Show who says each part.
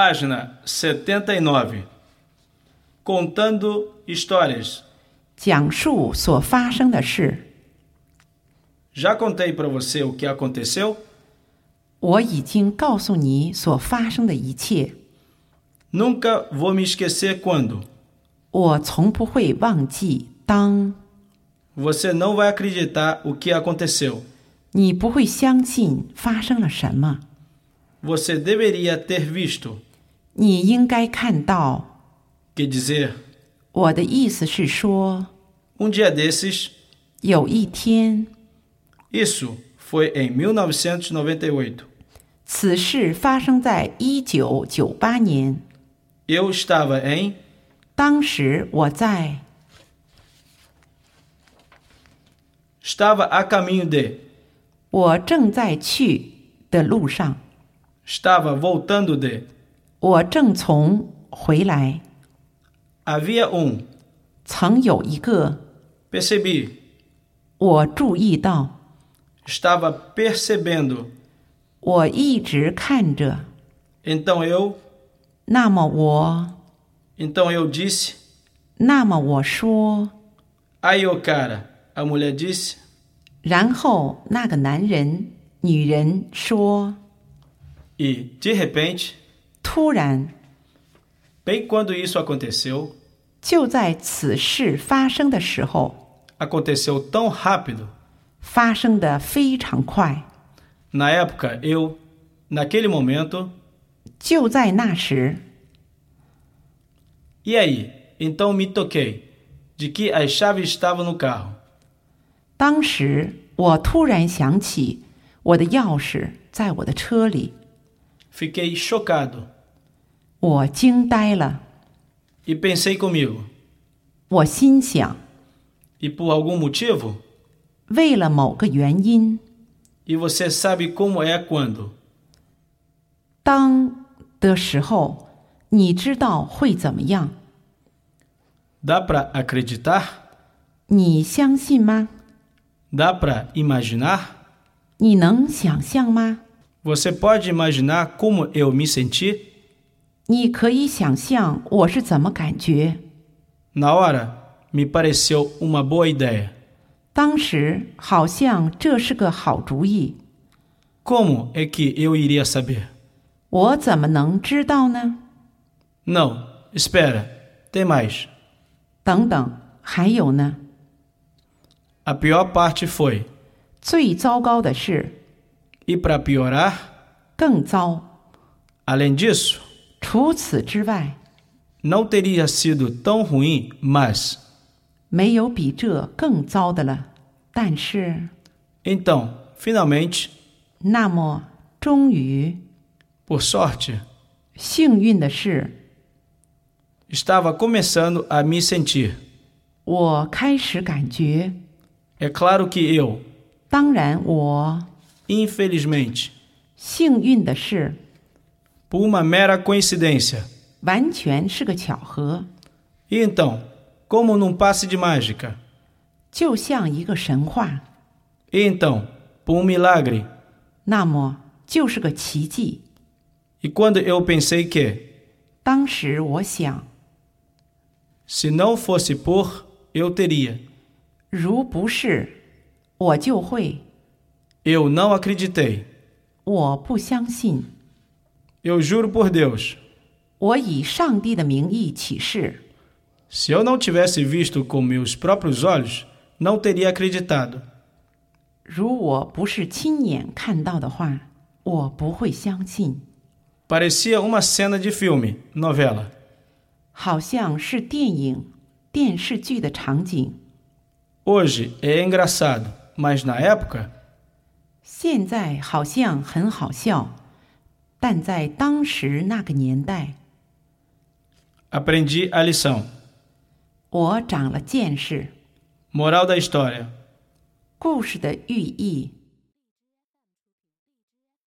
Speaker 1: página 79. Contando histórias.
Speaker 2: 讲述所发生的事。
Speaker 1: Já contei para você o que aconteceu?
Speaker 2: 我已经告诉你所发生的一切，
Speaker 1: Nunca vou me esquecer quando.
Speaker 2: 我从不会忘记。当
Speaker 1: Você não vai acreditar o que aconteceu.
Speaker 2: 你不会相信发生了什么，
Speaker 1: Você deveria ter visto.
Speaker 2: 你应该看到。
Speaker 1: Quer dizer,
Speaker 2: 我的意思是说，
Speaker 1: um dia desses,
Speaker 2: 有一天，
Speaker 1: isso foi em 1998.
Speaker 2: 此事发生在一九九八年，
Speaker 1: Eu estava em.
Speaker 2: 当时我在
Speaker 1: Estava a caminho de.
Speaker 2: 我正在去的路上，
Speaker 1: Estava voltando de.
Speaker 2: 我正从回来。
Speaker 1: Havia um.
Speaker 2: 曾有一个
Speaker 1: Percebi.
Speaker 2: 我注意到，
Speaker 1: Estava percebendo.
Speaker 2: 我一直看着。
Speaker 1: Então eu.
Speaker 2: 那么我，
Speaker 1: Então eu disse.
Speaker 2: 那么我说，
Speaker 1: Aí, ô cara. A mulher disse.
Speaker 2: 然后那个男人、女人说，
Speaker 1: E, de repente,
Speaker 2: 突然，
Speaker 1: bem quando isso aconteceu,
Speaker 2: 就在此事发生的时候，
Speaker 1: aconteceu tão rápido.
Speaker 2: 发生的非常快。
Speaker 1: Na época, eu, naquele momento,
Speaker 2: 就在那时，
Speaker 1: e aí? Então me toquei de que as chaves estavam no carro.
Speaker 2: 当时我突然想起，我的钥匙在我的车里，
Speaker 1: Fiquei chocado
Speaker 2: 我惊呆了。
Speaker 1: e pensei comigo:
Speaker 2: 我心想，
Speaker 1: e por algum motivo?
Speaker 2: 为了某个原因，
Speaker 1: E você sabe como é quando?
Speaker 2: 当的时候，你知道会怎么样？
Speaker 1: Dá pra acreditar?
Speaker 2: 你相信吗？
Speaker 1: Dá pra imaginar?
Speaker 2: 你能想象吗？
Speaker 1: Você pode imaginar como eu me senti?
Speaker 2: 你可以想象我是怎么感觉？
Speaker 1: Na hora, me pareceu uma boa ideia.
Speaker 2: 当时好像这是个好主意，
Speaker 1: Como é que eu iria saber?
Speaker 2: 我怎么能知道呢？
Speaker 1: Não, espera, tem mais.
Speaker 2: 等等，还有呢？
Speaker 1: A pior parte foi,
Speaker 2: 最糟糕的是，
Speaker 1: e para piorar,
Speaker 2: 更糟。
Speaker 1: além disso,
Speaker 2: 除此之外，
Speaker 1: não teria sido tão ruim, mas.
Speaker 2: 没有比这更糟的了。但是，
Speaker 1: Então, finalmente,
Speaker 2: 那么终于，
Speaker 1: por sorte,
Speaker 2: 幸运的是，
Speaker 1: estava começando a me sentir.
Speaker 2: 我开始感觉，
Speaker 1: É claro que eu,
Speaker 2: 当然我
Speaker 1: infelizmente,
Speaker 2: 幸运的是，
Speaker 1: por uma mera coincidência.
Speaker 2: 完全是个巧合，
Speaker 1: E então, como num passe de mágica.
Speaker 2: 就像一个神话。
Speaker 1: E então, por um milagre.
Speaker 2: 那么就是个奇迹。
Speaker 1: E quando eu pensei que,
Speaker 2: 当时我想，
Speaker 1: Se não fosse por, eu teria.
Speaker 2: 如不是，我就会，
Speaker 1: Eu não acreditei.
Speaker 2: 我不相信，
Speaker 1: Eu juro por Deus.
Speaker 2: 我以上帝的名义起誓。
Speaker 1: Se eu não tivesse visto com meus próprios olhos, não teria acreditado.
Speaker 2: 如我不是亲眼看到的话，我不会相信。
Speaker 1: Parecia uma cena de filme, novela.
Speaker 2: 好像是电影、电视剧的场景。
Speaker 1: Hoje é engraçado, mas na época,
Speaker 2: 现在好像很好笑，但在当时那个年代，
Speaker 1: aprendi a lição.
Speaker 2: 我长了见识。
Speaker 1: Moral da história:
Speaker 2: 故事的寓意